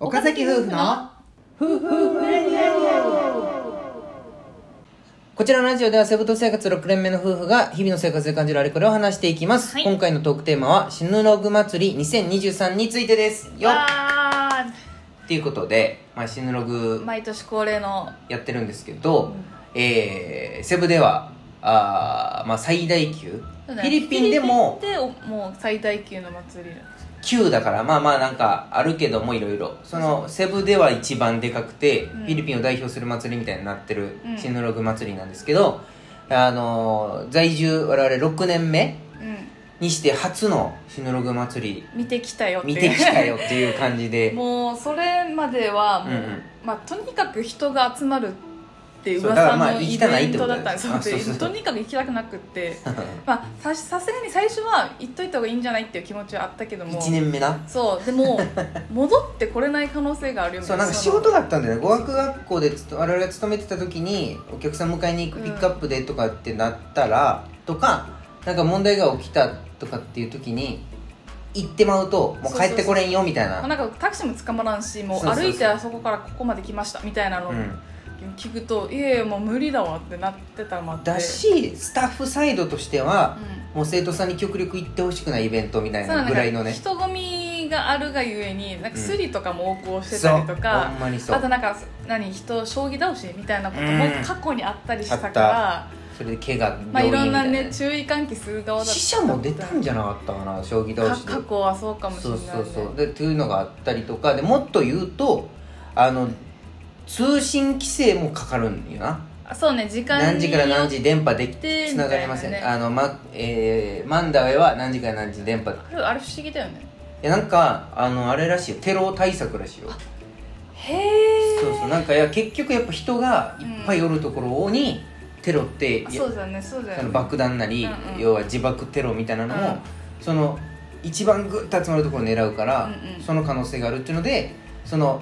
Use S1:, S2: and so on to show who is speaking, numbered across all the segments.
S1: 岡崎夫婦のこちらのラジオではセブ島生活6年目の夫婦が日々の生活で感じるあれこれを話していきます、
S2: はい
S1: 今回のトークテーマは「死ぬログ祭り2023」についてですよ
S2: わあ
S1: っていうことで、まあ、死ぬログ
S2: 毎年恒例の
S1: やってるんですけど、えーセブではあー、まあ、最大級フィリピンでも
S2: フィリピンでもう最大級の祭り
S1: 9だからまあまあなんかあるけどもいろいろそのセブでは一番でかくて、
S2: ん
S1: フィリピンを代表する祭りみたいになってる
S2: うん
S1: シヌログ祭りなんですけど、あのー在住我々6年目
S2: う
S1: にして初のシヌログ祭り
S2: ん見てきたよっていう
S1: 見てきたよっていう感じで
S2: もうそれまではも
S1: う
S2: う、
S1: んうん
S2: まあ、とにかく人が集まるって
S1: そうだから
S2: 噂
S1: まあ
S2: のイ
S1: 行きたないっ
S2: ベン
S1: てこ
S2: ト
S1: と
S2: だ
S1: だよ
S2: ったんです
S1: あそうそう
S2: でとにかく行きたくなくっ て、
S1: 1
S2: まあ、ささすがに最初は行っといた方がいいんじゃないっていう気持ちはあったけども
S1: 年目な
S2: そうで も戻ってこれない可能性があるよね
S1: そうなんか仕
S2: の
S1: 事だったんだよね語学学校でつと我々が勤めてた時にお客さん迎えに行く
S2: うん
S1: ピックアップでとかってなったら、とかなんか問題が起きたとかっていう時に行ってまうともう帰ってこれんよみたいな
S2: まあなんかタクシーも捕まらんしもう
S1: そうそうそう
S2: 歩いてあそこからここまで来ましたみたいなのを
S1: うん
S2: 聞くと、いえいえもう無理だわってなってたのもあって
S1: だしスタッフサイドとしては
S2: う、ん
S1: もう生徒さんに極力行ってほしくないイベントみたい
S2: そうな
S1: なんぐらいの
S2: だ
S1: ね
S2: 人混みがあるがゆえになんかスリとかも横行して
S1: そう
S2: たり
S1: ほ
S2: と
S1: ん
S2: か、
S1: まにそ
S2: あと
S1: う
S2: なんか何人将棋倒しみたいなことも
S1: うん
S2: 過去にあったりし
S1: あったた
S2: から、
S1: それで怪我
S2: まあ、
S1: 病
S2: い
S1: 院み
S2: ろ
S1: たい
S2: ん
S1: な
S2: なね注意喚起する側だった
S1: 死者も出たんじゃなかったかな将棋倒
S2: か
S1: しで
S2: 過去はそうかもし
S1: そ
S2: れな
S1: う
S2: い、ね、
S1: そうそうでというのがあったりとかでもっと言うとあの通信規制もかかるんよな
S2: あそうね時間に
S1: 何時から何時電波でき
S2: で
S1: つながりません、
S2: みたいなね
S1: あの、まえーマンダウェイは何時から何時電波い
S2: あれあれ不思議だよね
S1: やなんかあのあれらしいよテロ対策らしいよ
S2: へえ
S1: そうそうなんかいや結局やっぱ人がいっぱいおるところにテロって、いや
S2: そうだねそうだよ
S1: その
S2: ね
S1: 爆弾なり、
S2: うんうん
S1: 要は自爆テロみたいなのも、
S2: うん
S1: その一番グッと集まるところを狙うから、
S2: うんうん
S1: その可能性があるっていうのでその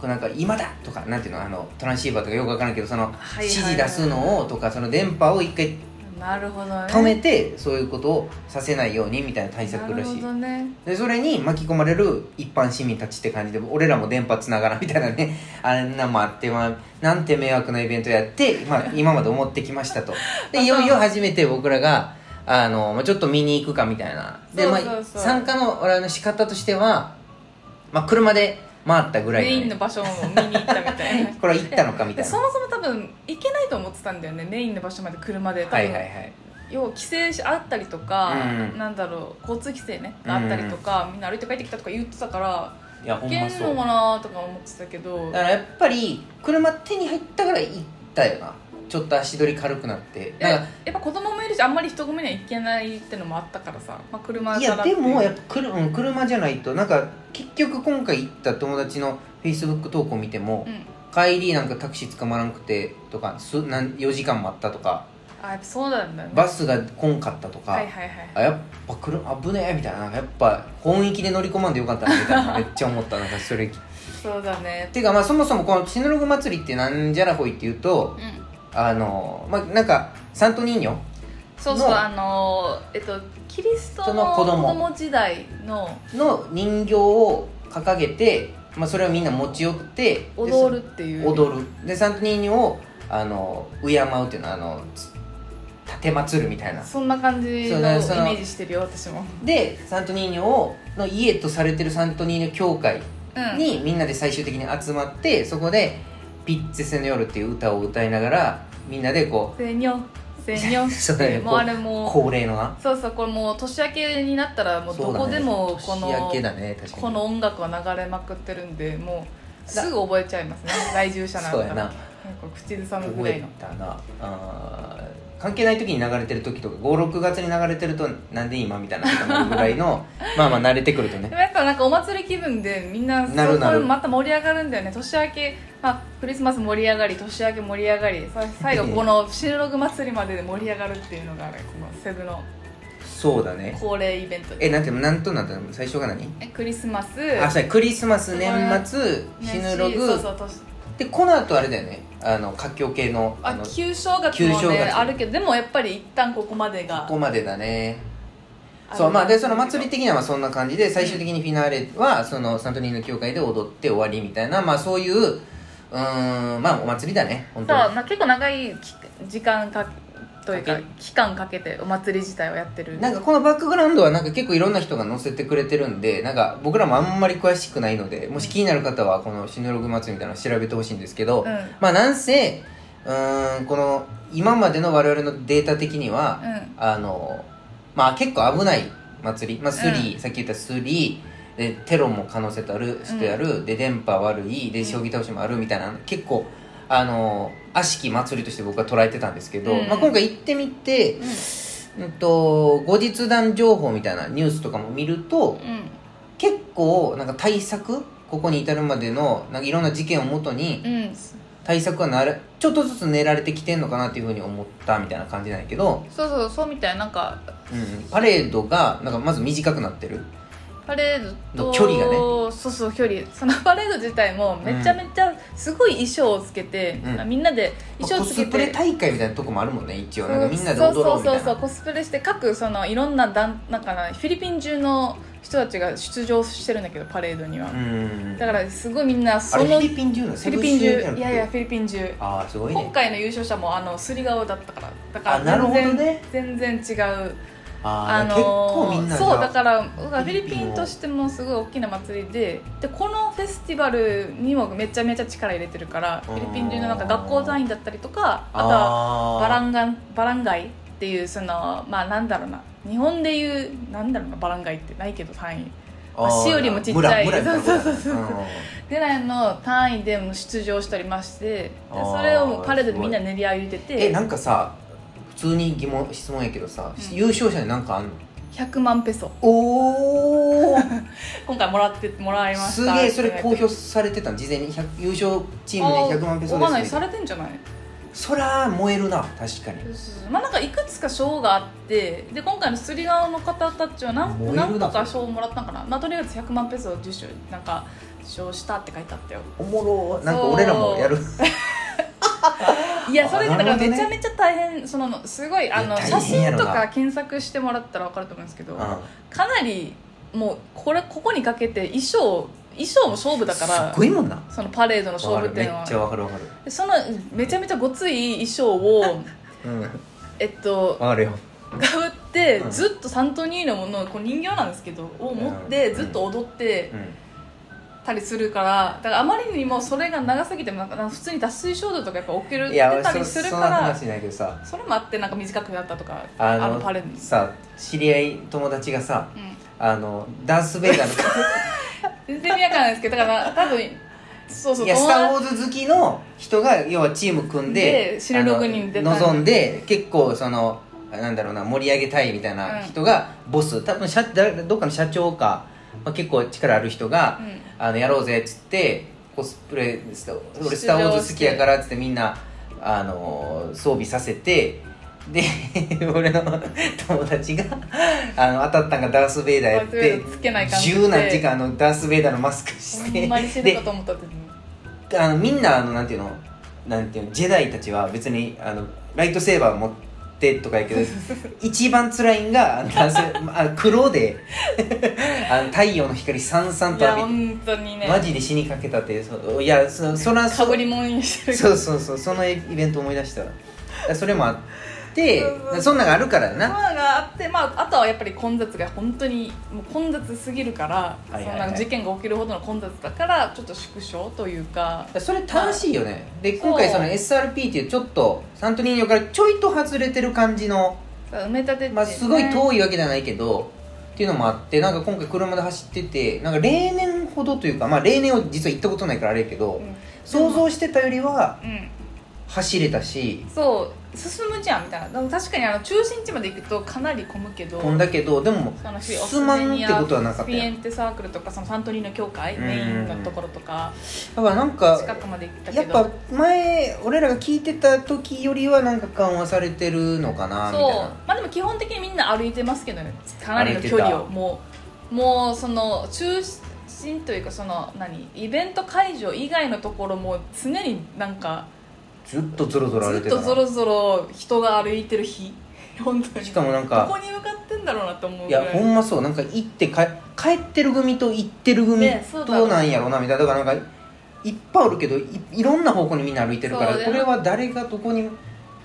S1: こうなんか今だとかなんていうのあのトランシーバーとかよくわからんけどその
S2: はいはいはい
S1: 指示出すのをとかその電波を一回
S2: なるほどね
S1: 止めてそういうことをさせないようにみたいな対策らし
S2: なるほ
S1: い
S2: どね
S1: でそれに巻き込まれる一般市民たちって感じで俺らも電波つながらんみたいなね あんなもあって、まあ、なんて迷惑なイベントやって、 まあ、今まで思ってきましたとでいよいよ初めて僕らがあの、まあ、ちょっと見に行くかみたいなで、まあ
S2: そうそうそう
S1: 参加の俺の仕方としては、まあ、車で回ったぐら
S2: メ
S1: い
S2: インの場所を見に行ったみたいな
S1: これは行ったのかみたい
S2: そ
S1: な
S2: もそも多分行けないと思ってたんだよねメインの場所まで車で多分、
S1: はいはいはい
S2: 要は規制しあったりとか、
S1: うん
S2: なんだろう交通規制ねがあったりとか、みんな歩いて帰ってきたとか言ってたから
S1: いやほ
S2: 行
S1: んま
S2: けん
S1: そ
S2: の
S1: う
S2: かなとか思ってたけど
S1: だからやっぱり車手に入ったから行ったよなちょっと足取り軽くなって
S2: や
S1: なんか
S2: やっぱ子供もいるしあんまり人混みには行けないってのもあったからさ、まあ、車から
S1: いや
S2: って
S1: で
S2: いう
S1: もやっぱ車うん車じゃないとなんか結局今回行った友達のフェイスブック投稿見ても、
S2: うん
S1: 帰りなんかタクシー捕まらなくてとかすなん4時間待ったとか
S2: あやっぱそうなんだよね
S1: バスが来んかったとか、
S2: はいはいはい
S1: あやっぱ車危ねえみたいななんかやっぱ本域で乗り込まんでよかったなみたい なめっちゃ思ったなんかそれ
S2: そうだね
S1: ていうかまあそもそもこのシノログ祭りってなんじゃらほいっていうと
S2: うん
S1: あのまあなんかサントニーニョ
S2: そうそう
S1: の
S2: あのーえっとキリスト
S1: その
S2: の
S1: 子
S2: 子
S1: 供
S2: 供時代の
S1: の人形を掲げて、まあ、それをみんな持ち寄ってでそ
S2: 踊るっていう
S1: 踊るでサントニーニョをあの敬うっていうのはあのつ奉祭るみたいな
S2: そんな感じ
S1: そ
S2: の
S1: う
S2: イ
S1: ね
S2: メ
S1: その
S2: ージしてるよ私も、
S1: でサントニーニョをの家とされてるサントニーニョ教会
S2: うん、
S1: にみんなで最終的に集まってそこで「ピッツェセの夜」っていう歌を歌いながらみんなでこ
S2: せにょせにょ
S1: そうだね
S2: もうあれ
S1: う
S2: も
S1: 恒例のな
S2: そうそうこれもう年明けになったらもうどこでもこ
S1: そうだね年
S2: の、
S1: 明けだね確かに
S2: この音楽は流れまくってるんでもうすぐ覚えちゃいます ね来住者なんか
S1: そうやな
S2: こう口ずさむぐ
S1: 覚
S2: らい
S1: え
S2: の
S1: たなあー関係ない時に流れてる時とか56月に流れてるとなんで今みたいなことになるぐらいのまあまあ慣れてくるとね
S2: でもやっぱなんかお祭り気分でみんなそ
S1: なるなる
S2: こまた盛り上がるんだよね年明け、まあ、クリスマス盛り上がり年明け盛り上がりさ最後このシルログ祭りまでで盛り上がるっていうのがねこのセブの
S1: そうだね
S2: 恒例イベントで
S1: えなんてなんとなんて最初が何
S2: えクリスマス
S1: あそうやクリスマス年末
S2: 年
S1: 死ぬ
S2: 始
S1: ログ
S2: そうそう年
S1: でこの後あれだよねあの活況系のあ
S2: あ
S1: のこ
S2: 旧正月も
S1: 旧正
S2: ね
S1: 月
S2: あるけどでもやっぱり一旦ここまでが
S1: こまでだね
S2: あ
S1: そう
S2: の
S1: まあでその祭り的にはまあそんな感じで最終的にフィナーレはそのサントリーヌ教会で踊って終わりみたいなまあそういううーんまあお祭りだね本
S2: そう
S1: 当に
S2: な結構長い期時間かというか
S1: かけ
S2: 期間かけてお祭り自体をやってる
S1: なんかこのバックグラウンドはなんか結構いろんな人が載せてくれてるんでなんか僕らもあんまり詳しくないのでもし気になる方はこのシノログ祭りみたいなの調べてほしいんですけど、
S2: うんうん
S1: まあなんせうーんこの今までの我々のデータ的には、あのまあ結構危ない祭り、まあ、スリー、さっき言ったスリーでテロも可能性とあるしてやる、で電波悪いで将棋倒しもあるみたいな、結構あの悪しき祭りとして僕は捉えてたんですけど、
S2: うん
S1: まあ、今回行ってみて、うん、と後日談情報みたいなニュースとかも見ると
S2: うんうん
S1: 結構なんか対策ここに至るまでのなんかいろんな事件をもとに
S2: うん、
S1: 対策はなれちょっとずつ練られてきてんのかなっていうふうに思ったみたいな感じなんやけど、
S2: そうそうそうみたいなんか
S1: うんパレードがなんかまず短くなってる
S2: パレード
S1: の
S2: と
S1: 距離がね
S2: そうそう距離そのパレード自体もめちゃめちゃすごい衣装をつけて、
S1: うん
S2: みんなで
S1: コ
S2: 衣装つけ
S1: スプレ
S2: て、
S1: 大会みたいなとこもあるもんね一応なん
S2: そ
S1: か
S2: う
S1: みんなで踊ろうみた
S2: そ
S1: い
S2: うそうそうそう
S1: な
S2: コスプレして各そのいろんな団なんかなフィリピン中の人たちが出場してるんだけどパレードには、
S1: うん
S2: だからすごいみんなそ
S1: あれフ
S2: の
S1: ィ
S2: フ
S1: リピン中の
S2: ィリピン
S1: セブ州
S2: 中
S1: の
S2: いやいやフィリピン中
S1: ああすごい
S2: 今
S1: ね
S2: 回の優勝者もあのすり顔だったからだか
S1: あ
S2: ら
S1: なるほど
S2: 全然
S1: ね
S2: 全然違う
S1: あ
S2: あ
S1: ー
S2: のー
S1: 結構みんなじゃあ
S2: そうだからフ
S1: フィ
S2: ィ
S1: リ
S2: リ
S1: ピン
S2: ピ
S1: を
S2: ンとしてもすごい大きな祭りででこのフェスティバルにもめちゃめちゃ力入れてるからフィリピン中のなんか学校団員だったりとかあとは
S1: あ
S2: バラ
S1: ン
S2: ンガンバランガイっていうそのまあなんだろうな日本でいうなんだろうなバランガイってないけど単位市よりもちっちゃい
S1: 村村みたいな
S2: そうそうそうそう
S1: 村ん
S2: ぐらいの単位でも出場しておりましてで
S1: あー
S2: それをパレードでみんな練り歩いて
S1: え
S2: て
S1: なんかさ普通に疑問質問やけどさ、
S2: うん
S1: 優勝者になんかあんの
S2: 100万ペソ
S1: おお
S2: 今回もらってもらいまし
S1: す
S2: た
S1: げえそれ公表されてたん事前に100優勝チームで100万ペソ
S2: わ
S1: で
S2: かん
S1: す
S2: ない
S1: ね
S2: されてんじゃない
S1: そら燃えるな確かに
S2: まあなんかいくつか賞があってで今回のすり顔の方たちは
S1: 燃え
S2: 何
S1: るな
S2: 何とか賞をもらったのかな、まあ、とりあえず100万ペソを受賞なんか受賞したって書いてあったよ
S1: おもろなんか俺らもやる
S2: いやそれ
S1: あ
S2: だから
S1: なるほどね
S2: めちゃめちゃ大変そのすごいあの
S1: いや
S2: 写
S1: 大変や
S2: 真
S1: ろ
S2: と
S1: な
S2: か検索してもらったら分かると思うんですけどか
S1: う
S2: なりもうこれここにかけて衣装衣装も勝負だ
S1: ん
S2: か
S1: す
S2: ら
S1: っごいもんな
S2: そのパレードの勝
S1: わか
S2: 負っ
S1: る
S2: てい
S1: めっ
S2: うのは
S1: ちゃわかるわかる
S2: でそのめちゃめちゃごつい衣 装を
S1: うんわ
S2: えっと
S1: かるよ
S2: かぶって、
S1: うん
S2: ずっとサントニーノものこう人形なんですけどを持って、
S1: うん
S2: ずっと踊って
S1: うん
S2: たりするからだからあまりにもそれが長すぎてもなんか普通に脱水症状とかやっぱ起きるっ
S1: い
S2: て
S1: や
S2: た
S1: そ
S2: り
S1: そ
S2: するか
S1: んな
S2: ら
S1: 話ないけどさ
S2: それもあってなんか短くなったとか
S1: あの
S2: あのパレードです、
S1: さ知り合い友達がさ
S2: うん、
S1: あのダース・ベイダーの
S2: 全然見分からないですけど だから多分そうそう
S1: いや「スター・ウ
S2: 友
S1: ォーズ」好きの人が要はチーム組んで
S2: でシルログに出た
S1: あの望んで結構そのなんだろうな盛り上げたいみたいな人が、ボス多分社だどっかの社長か、まあ、結構力ある人が、
S2: 達うん
S1: あのやろうぜっつってコスプレした俺「ス
S2: 出
S1: タ
S2: 場して
S1: ー・ウォーズ」好きやからっつってみんな、あのー装備させてで 俺の友達があの当たったんがダース・ベイダーやっ
S2: ダースベイ
S1: て
S2: ダーつけない感じで
S1: 十何時間あのダース・ベイダーのマスク
S2: ほんまに
S1: して
S2: 死ぬ
S1: で
S2: かと思った時に
S1: あのみんなあのなんていうのなんていうのジェダイたちは別にあのライトセーバー持ってとかやけど 一番辛いんがあのダースあ黒で あの太陽の光さんさん
S2: い
S1: と
S2: や
S1: 浴びて。
S2: 本当にね
S1: マジで死にかけたってそういやそそら
S2: か
S1: そ
S2: ぶりもんにしてる
S1: そうそうそうそのイベント思い出したらそれもあって
S2: そうそう
S1: そんなんがあるから
S2: そう
S1: な
S2: いうのがあって、まあ、あとはやっぱり混雑が本当にもう混雑すぎるから、
S1: いはいはい
S2: そのなんか事件が起きるほどの混雑だからちょっと縮小というか
S1: それ楽しいよねで
S2: そう
S1: 今回その SRP っていうちょっとサントリーニョからちょいと外れてる感じの、
S2: 埋め立てて、
S1: まあ、すごい遠
S2: い
S1: いわけじゃないけどっていうのもあってなんか今回車で走っててなんか例年ほどというかまあ例年を実は行ったことないからあれやけど、
S2: うん、
S1: 想像してたよりは
S2: うん
S1: 走れたし
S2: そう進むじゃんみたいなでも確かにあの中心地まで行くとかなり混むけど
S1: こんだけどでも
S2: そのフィオス
S1: 進まんってことはなか
S2: ス
S1: った
S2: ピエ
S1: やん
S2: ンテサークルとかそのサントリーの教会
S1: うん
S2: メインのところとか
S1: だからなんか
S2: 近くまで行った
S1: や
S2: け
S1: っ
S2: ど
S1: ぱ前俺らが聞いてた時よりはなんか緩和されてるのかなみ
S2: そ
S1: た
S2: う
S1: いな
S2: まあでも基本的にみんな歩いてますけどねかなりの距
S1: 歩
S2: 離
S1: い
S2: をもうもうその中心というかその何イベント会場以外のところも常になんか
S1: ずっとゾロゾロ歩
S2: ず
S1: い
S2: って
S1: た
S2: と
S1: な
S2: ゾロゾロ人が歩いてる日本当に
S1: しかもなん
S2: ど
S1: か
S2: こに向かってんんだろうなと思
S1: い
S2: うぐら
S1: や
S2: い
S1: ほんまそうなんか行ってか帰ってる組と行ってる組
S2: ねそうだろ
S1: と
S2: う
S1: なんやろうなみたいなだからなんかいっぱいおるけどいいろんな方向にみんな歩いてるから
S2: そうだよ
S1: これは誰がどこに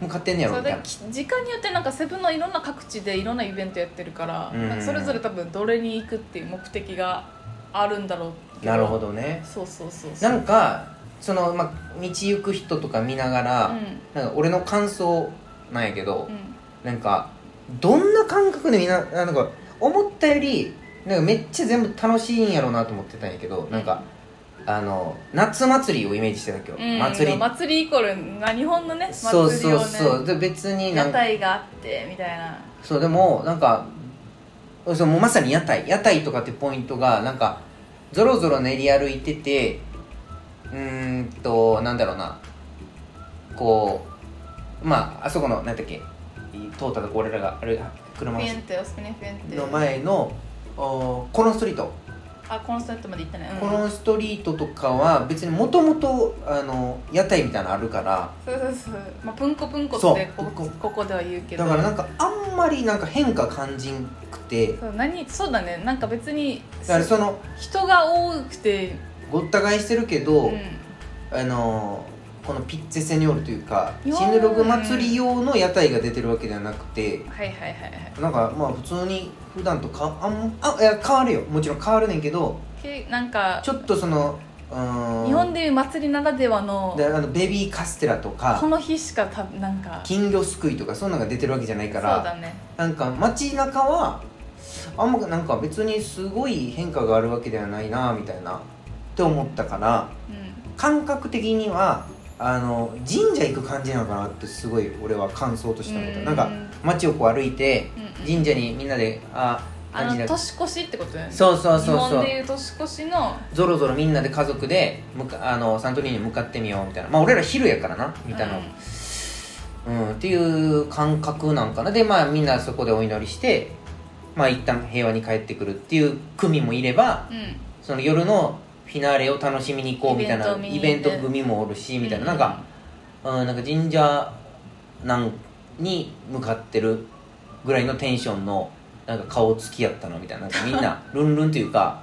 S1: 向かってんねやろ
S2: そう
S1: みたい
S2: で
S1: な
S2: き時間によってなんかセブンのいろんな各地でいろんなイベントやってるから、
S1: うん
S2: なんかそれぞれ多分どれに行くっていう目的があるんだろうけ
S1: なるほどね
S2: そうそうそうそう
S1: なんかその、まあ、道行く人とか見ながら、
S2: う
S1: なんか俺の感想なんやけど、
S2: んうん
S1: なんかどんな感覚でみんなあなんか思ったよりなんかめっちゃ全部楽しいんやろうなと思ってたんやけど、なんかあの夏祭りをイメージしてた今日、
S2: うん
S1: 祭り
S2: 祭りイコールな日本のね祭り
S1: そ
S2: を
S1: う
S2: ね
S1: そうそう、で別にな
S2: 屋
S1: んか
S2: 台があってみたいな
S1: そうでもなんかそうもうまさに屋台屋台とかってポイントがなんかぞろぞろ練り歩いててうーんとなんだろうなこうまああそこのなんだっけ通ったとこ俺らがあれ車の
S2: フィエンテオスピネフィエンテ
S1: の前のおーコロンストリート、
S2: あコンスタントまで行ったね、うん、
S1: コロンストリートとかは別にもともとあの屋台みたいなのあるから
S2: そうそうそうまあプンコプンコ
S1: そう
S2: ってこ
S1: プン
S2: こここでは言うけど
S1: だからなんかあんまりなんか変化感じんくて
S2: そう何そうだねなんか別に
S1: だからその
S2: 人が多くて
S1: ごった返してるけど、
S2: うん
S1: あのこのピッツェセニョールというか
S2: よー
S1: シヌログ祭り用の屋台が出てるわけではなくて
S2: はいはいはいはい
S1: なんかまあ普通に普段とかあんあいや変わるよもちろん変わるねんけど
S2: けなんか
S1: ちょっとそのうーん
S2: 日本でいう祭りならではの
S1: であのベビーカステラとか
S2: この日しかたなんか
S1: 金魚すくいとかそんなのが出てるわけじゃないか
S2: そう
S1: ら
S2: だね
S1: なんか街中はあんまなんか別にすごい変化があるわけではないなみたいなって思ったから
S2: うん
S1: 感覚的にはあの神社行く感じなのかなってすごい俺は感想として思った
S2: うん
S1: なんか街をこう歩いて
S2: うんうん
S1: 神社にみんなであ
S2: あ
S1: 感じだ
S2: の年越しってことだよね
S1: そうそうそう
S2: 日
S1: そ
S2: 本
S1: う
S2: でいう年越しの
S1: ぞろぞろみんなで家族で向かあのサントリーニに向かってみようみたいなまあ俺ら昼やからなみたいな、
S2: うん
S1: うん、っていう感覚なんかなでまあみんなそこでお祈りしてまあ一旦平和に帰ってくるっていう組もいれば
S2: うん
S1: その夜のフィナーレを楽しみに行こうみたいなイベ
S2: イベ
S1: ン
S2: ント
S1: ト
S2: を見
S1: 組
S2: に行く
S1: もおるしみたいな、なんか、うん、なんか神社なんに向かってるぐらいのテンションのなんか顔つきやったのみたいななんかみん なルンルンというか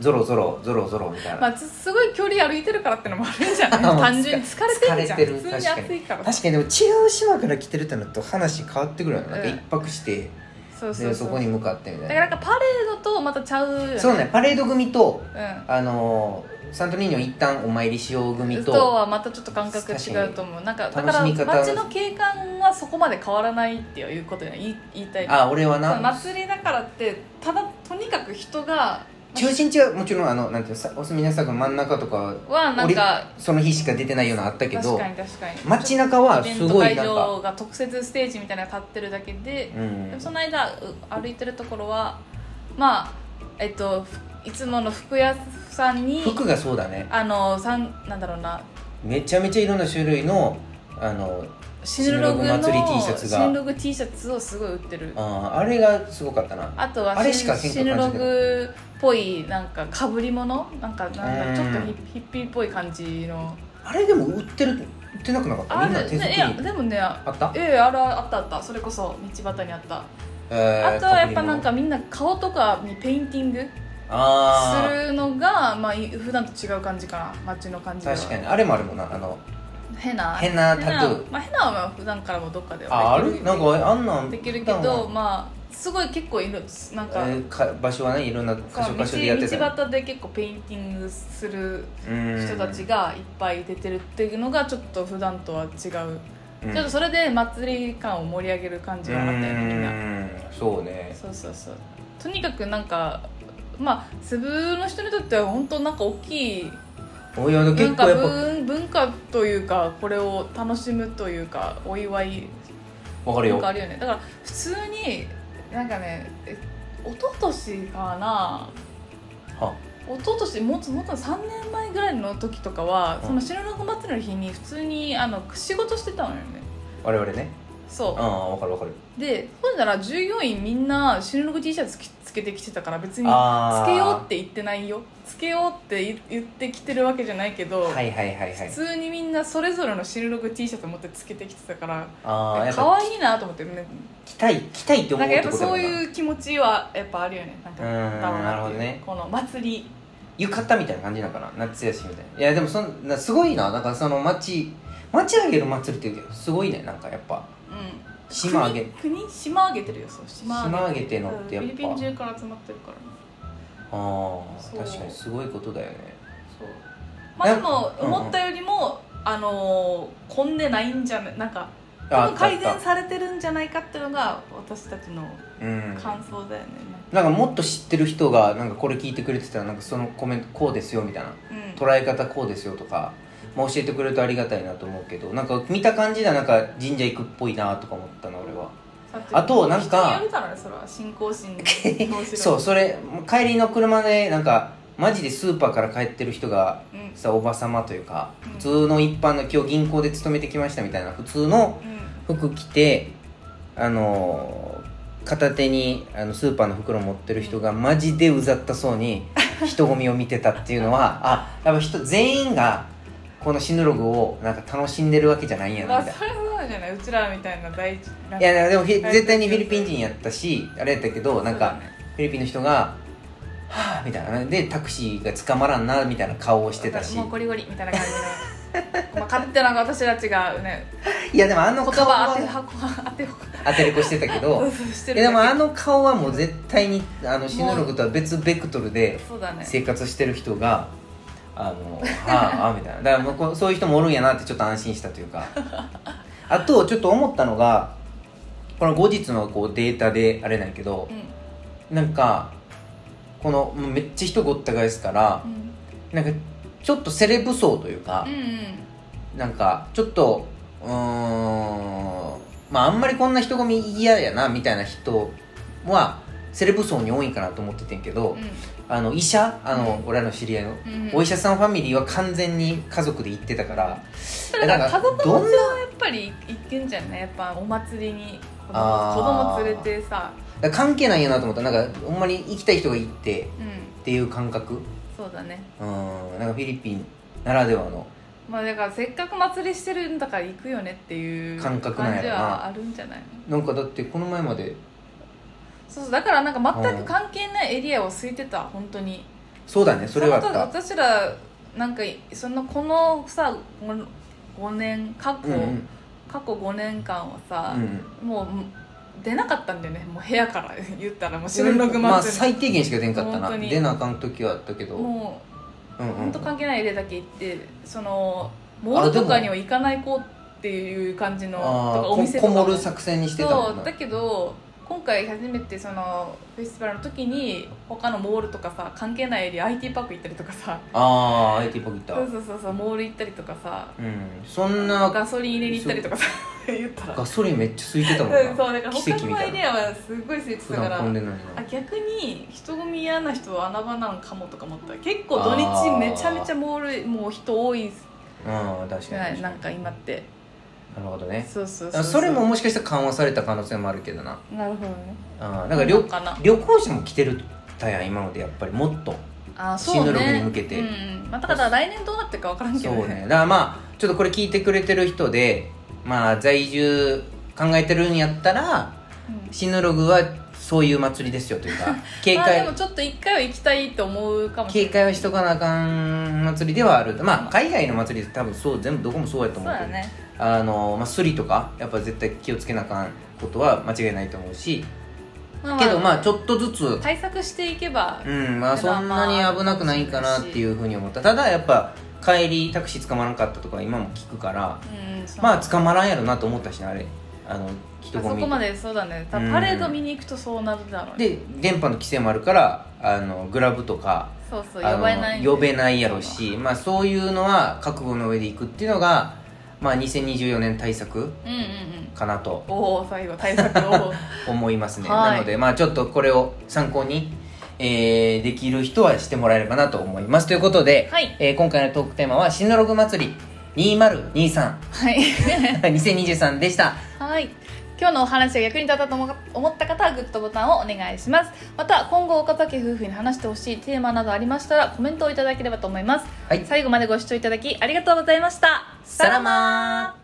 S1: ゾロゾロゾロゾロみたいな、
S2: まあ、つすごい距離歩いてるからってのもあるじゃん
S1: まあ
S2: 単純に疲れてるじゃん
S1: 疲れてる
S2: 普通に暑いから
S1: 確かにでも違う島から来てるってのと話変わってくるよねなんか
S2: うん
S1: 一泊して、
S2: そうそう
S1: で
S2: そ
S1: そうこに向かってみたい
S2: だか
S1: な
S2: らなんかパレードとまたちゃうよね
S1: そうねパレード組と、
S2: うん
S1: あのーサントリーニョ一旦お参りしよう組
S2: と
S1: と
S2: はまたちょっと感覚違うと思うなんかだから
S1: 楽しみ方
S2: 街の景観はそこまで変わらないっていうことや言い言いたい
S1: あ俺は
S2: その
S1: な
S2: 祭りだからってただとにかく人が
S1: 中心地はもちろんあのなんていうのさお住みなさいの真ん中とか
S2: はなんか
S1: 俺その日しか出てないようなのあったけ
S2: 確
S1: ど
S2: かに確かに
S1: 街中は
S2: イベン
S1: す
S2: ト
S1: ごい
S2: 会
S1: なんか、
S2: 場が特設ステージみたいなのが立ってるだけで
S1: う、
S2: で
S1: ん
S2: も、その間う歩いてるところはまあえっとふいつもの服屋さんに
S1: 服がそうだね
S2: あのさんなんだろうな
S1: めちゃめちゃいろんな種類のあの
S2: シヌログ
S1: シヌロ
S2: の
S1: グ祭り T シャツが
S2: シヌログ T シャツをすごい売ってる
S1: あーあれがすごかったな
S2: あとは
S1: あれしか変化感じてな
S2: シヌ
S1: い
S2: ログっぽいなんかかぶり物なんかなんかちょっと
S1: うん
S2: ヒッヒッピーっぽい感じの
S1: あれでも売ってる売ってなくなかった
S2: あ
S1: みんな手
S2: る
S1: 作
S2: ねい
S1: り
S2: やでもね
S1: あった、
S2: ええあらあったあったそれこそ道端にあった、
S1: えー
S2: あとはやっぱなんかみんな顔とかにペインティングす
S1: あー
S2: るのがまあい普段と違う感じかな街の感じでは
S1: 確かにあれもあるもんなあの
S2: ヘナ
S1: 変なタトゥー
S2: ヘナまあ、ヘナは普段からもどっかで
S1: あ
S2: は
S1: あ
S2: でき
S1: るなんかあんなん
S2: できるけ
S1: 普段
S2: ど
S1: は
S2: まあすごい結構いるなんか、
S1: えーか場所はねいろんな箇
S2: そう
S1: 所箇所でやって
S2: 道
S1: た
S2: 道端で結構ペインティングする
S1: うん
S2: 人たちがいっぱい出てるっていうのがちょっと普段とは違う、
S1: うん
S2: ちょっとそれで祭り感を盛り上げる感じ
S1: う
S2: はあったよねみんな
S1: ーんそうね
S2: そうそうそうとにかくなんかまあセブの人にとっては本当なんか大きい
S1: おいや
S2: なん
S1: 結
S2: か
S1: 構やっ
S2: 文文化というかこれを楽しむというかお祝い
S1: ぱわかる
S2: なん
S1: よ
S2: かあるよねだから普通になんかねえ一昨年かな
S1: は
S2: 一昨年もつもっと3年前ぐらいの時とかは
S1: うん
S2: その白の祭りの日に普通にあの仕事してたのよね
S1: 我々ね
S2: そう
S1: あ分かる分かる
S2: でほんなら従業員みんな白の T シャツ着つけてきてたから別に
S1: あー
S2: つけようって言ってないよつけようってい言ってきてるわけじゃないけど、
S1: はいはいはいはい
S2: 普通にみんなそれぞれの白の T シャツ持ってつけてきてたから
S1: ああやっ
S2: 可
S1: ぱ
S2: 愛いなと思って、ね、
S1: 着たい着たいって思
S2: な
S1: うんっ
S2: かや
S1: て
S2: っぱ
S1: ことだ
S2: そ
S1: も
S2: うん
S1: な
S2: いう気持ちはやっぱあるよねなんか
S1: うーん
S2: だろうっていう
S1: なるほ
S2: この祭り
S1: 浴衣みたいな感じなのかな夏休みみたいないやでもそんなすごいななんかその町町あげる祭りっていうけどすごいねなんかやっぱ
S2: うん
S1: 島あげ
S2: 国国島あげてるよそう島
S1: 島あ
S2: あげ
S1: げてのってやっ
S2: フィリピン
S1: ぱ
S2: 中から集まってるから
S1: あ
S2: そ
S1: あ
S2: う
S1: 確かにすごいことだよね
S2: そうまあ
S1: な
S2: でも
S1: うんうん
S2: 思ったよりも、あのー混んでないんじゃないなんか多
S1: あ
S2: 分改
S1: あ
S2: 善
S1: っ
S2: されてるんじゃないかっていうのが私たちの
S1: たうん
S2: 感想だよね、
S1: なんかもっと知ってる人がなんかこれ聞いてくれてたらなんかそのコメントこうですよみたいな
S2: うん
S1: 捉え方こうですよとか、まあ、教えてくれるとありがたいなと思うけどなんか見た感じではなんか神社行くっぽいなとか思ったな俺は
S2: さて
S1: あとなんか
S2: 人によるからねそれは信 仰心の
S1: そう
S2: そ
S1: それ帰りの車でなんかマジでスーパーから帰ってる人が
S2: うん、うん
S1: さおば様というか
S2: うん
S1: 普通の一般の今日銀行で勤めてきましたみたいな普通の服着てあのー片手にあのスーパーの袋持ってる人がマジでうざったそうに人混みを見てたっていうの はあやっぱ人全員がこのシヌログをなんか楽しんでるわけじゃないんやな
S2: まあ
S1: みたい
S2: それはそうじゃないうちらみたいな大事なんか
S1: ないやでもフィ絶対にフィリピン人やったしあれやったけどなんかフィリピンの人が「はあ」みたいなでタクシーが捕まらんなみたいな顔をしてたし
S2: もうゴリゴリみたいな感じでまあ勝手な私たちが ね
S1: いやでもあの
S2: 言
S1: 顔は
S2: 葉当てはこ当てはこ
S1: 当てれこしてたけ ど
S2: して
S1: え
S2: る
S1: でもあ
S2: の
S1: の顔はもう絶対にあのシヌログとは別ベクトルで
S2: そうだね
S1: 生活してる人が「あのはああ」みたいなだからもうこうそういう人もおるんやなってちょっと安心したという かあとちょっと思ったのがこの後日のこうデータであれなんやけど
S2: う、ん
S1: なんかこのもうめっちゃ人ごった返すから
S2: う、ん
S1: なんかちょっとセレブ層というか
S2: う、んうん
S1: なんかちょっとうーんまああんまりこんな人混み嫌やなみたいな人はセレブ層に多いんかなと思っててんけど、あの医者あの、俺らの知り合いの、
S2: うんうん
S1: お医者さんファミリーは完全に家族で行ってたから
S2: それだから
S1: いやな
S2: 家
S1: んか
S2: 族持ち
S1: ど
S2: は
S1: んな
S2: やっぱり行ってんじゃんねやっぱお祭りに子供
S1: あー
S2: 子供連れてさ
S1: だから関係ないよなと思ったなんかほんまに行きたい人が行って
S2: うん
S1: っていう感覚
S2: そうだね
S1: うんなんかフィリピンならではの
S2: まあだからせっかく祭りしてるんだから行くよねっていう
S1: 感
S2: 感
S1: 覚
S2: じ
S1: なんやろな
S2: はあるんじゃないの
S1: なんかだってこの前まで
S2: そうそうだからなんか全く関係ないエリアを空いてた本当に
S1: そうだねそれはあっ
S2: の
S1: た
S2: 私らなんかそのこのさこの5年過去、
S1: うんうん
S2: 過去5年間はさ
S1: う、ん
S2: もう出なかったんだよねもう部屋から言ったらもう
S1: う
S2: 白
S1: ん
S2: ログ
S1: まあ
S2: 祭り
S1: 最低限しか出んかった
S2: 本
S1: な
S2: 当に
S1: 出なあかん時はあったけどうん
S2: も
S1: うん
S2: う
S1: う
S2: 本
S1: ん
S2: 当関係ないエリアだけ行ってそのモールとかには行かない子っていう感じのと
S1: あ
S2: か
S1: あ
S2: お店
S1: ー
S2: とか
S1: こ
S2: も
S1: もる作戦にしてたもん
S2: そう
S1: な
S2: だけど今回初めてそのフェスティバルの時に他のモールとかさ関係ないエリア IT パーク行ったりとかさ
S1: ああ IT ポケット
S2: そうそうそうそうモール行ったりとかさ
S1: うんそんな
S2: ガソリン入れに行ったりとかさ言ったら
S1: ガソリンめっちゃ空いてた
S2: う
S1: もん
S2: ん
S1: な
S2: そうだから
S1: 奇
S2: 他
S1: 跡み
S2: の
S1: た
S2: エ
S1: い
S2: リ
S1: な
S2: アはすごい空いて
S1: 普
S2: たか
S1: 段
S2: ら
S1: 混んでんのに
S2: あ
S1: な
S2: 逆に人混み嫌な人は穴場なのかもとか思った結構土日めちゃめちゃモールもう人多い
S1: うん確
S2: じゃ
S1: か
S2: ない
S1: に
S2: なんか今って
S1: なるほどね
S2: そうそうそう
S1: あそれももしかしたら緩和された可能性もあるけどな
S2: なるほどね
S1: あーなんか旅
S2: かな
S1: 旅行者も来てるたやん今のでやっぱりもっと
S2: あ
S1: シ
S2: そ
S1: ンド
S2: う
S1: ログ
S2: ね
S1: に向けて
S2: うんうんまあだから来年どうなってるか分からんけ
S1: そ
S2: ど
S1: う
S2: ね
S1: ねだからまあちょっとこれ聞いてくれてる人でまあ在住考えてるんやったら
S2: うん
S1: シヌログはそういう祭りですよという か警
S2: まあでも
S1: 戒
S2: ちょっと一回は行きたいと思うかもしれ
S1: 警
S2: ない
S1: 戒はしとかなあかん祭りではあるまあ海外の祭りって多分そう全部どこもそうやと
S2: そう
S1: 思うけ
S2: だ
S1: ど
S2: ね
S1: あの、まあ、スリとかやっぱ絶対気をつけなあかんことは間違いないと思うし
S2: まあ
S1: けど
S2: まあ
S1: まあちょっとずつ
S2: 対策していけば
S1: うんまあ
S2: ただ
S1: そんなに危なくないかなっていうふうに思ったただやっぱ帰りタクシー捕まらんかったとか今も聞くから
S2: うんそう
S1: まあ捕まらんやろなと思ったしねあれあの人
S2: あそ
S1: 混
S2: こ
S1: み
S2: までそうだねた
S1: うん
S2: パレード見に行くとそうなるだろうね
S1: で電波の規制もあるからあのグラブとか
S2: そうそう
S1: あ
S2: 呼
S1: の
S2: べない
S1: 呼べないやろしまあそういうのは覚悟の上でいくっていうのがまあ2024年対策
S2: うんうんうん
S1: かなと
S2: おお最後対策 を
S1: 思いますね、
S2: はい
S1: なのでまあちょっとこれを参考に、えーできる人はしてもらえればなと思いますということで、
S2: はい
S1: えー今回のトークテーマは「シンドログ祭り2023」
S2: はい
S1: 2023でした
S2: はい今日のお話が役に立ったと思思った方はグッドボタンをお願いしますまた今後岡崎夫婦に話してほしいテーマなどありましたらコメントをいただければと思います、
S1: はい
S2: 最後までご視聴いただきありがとうございました
S1: さらばー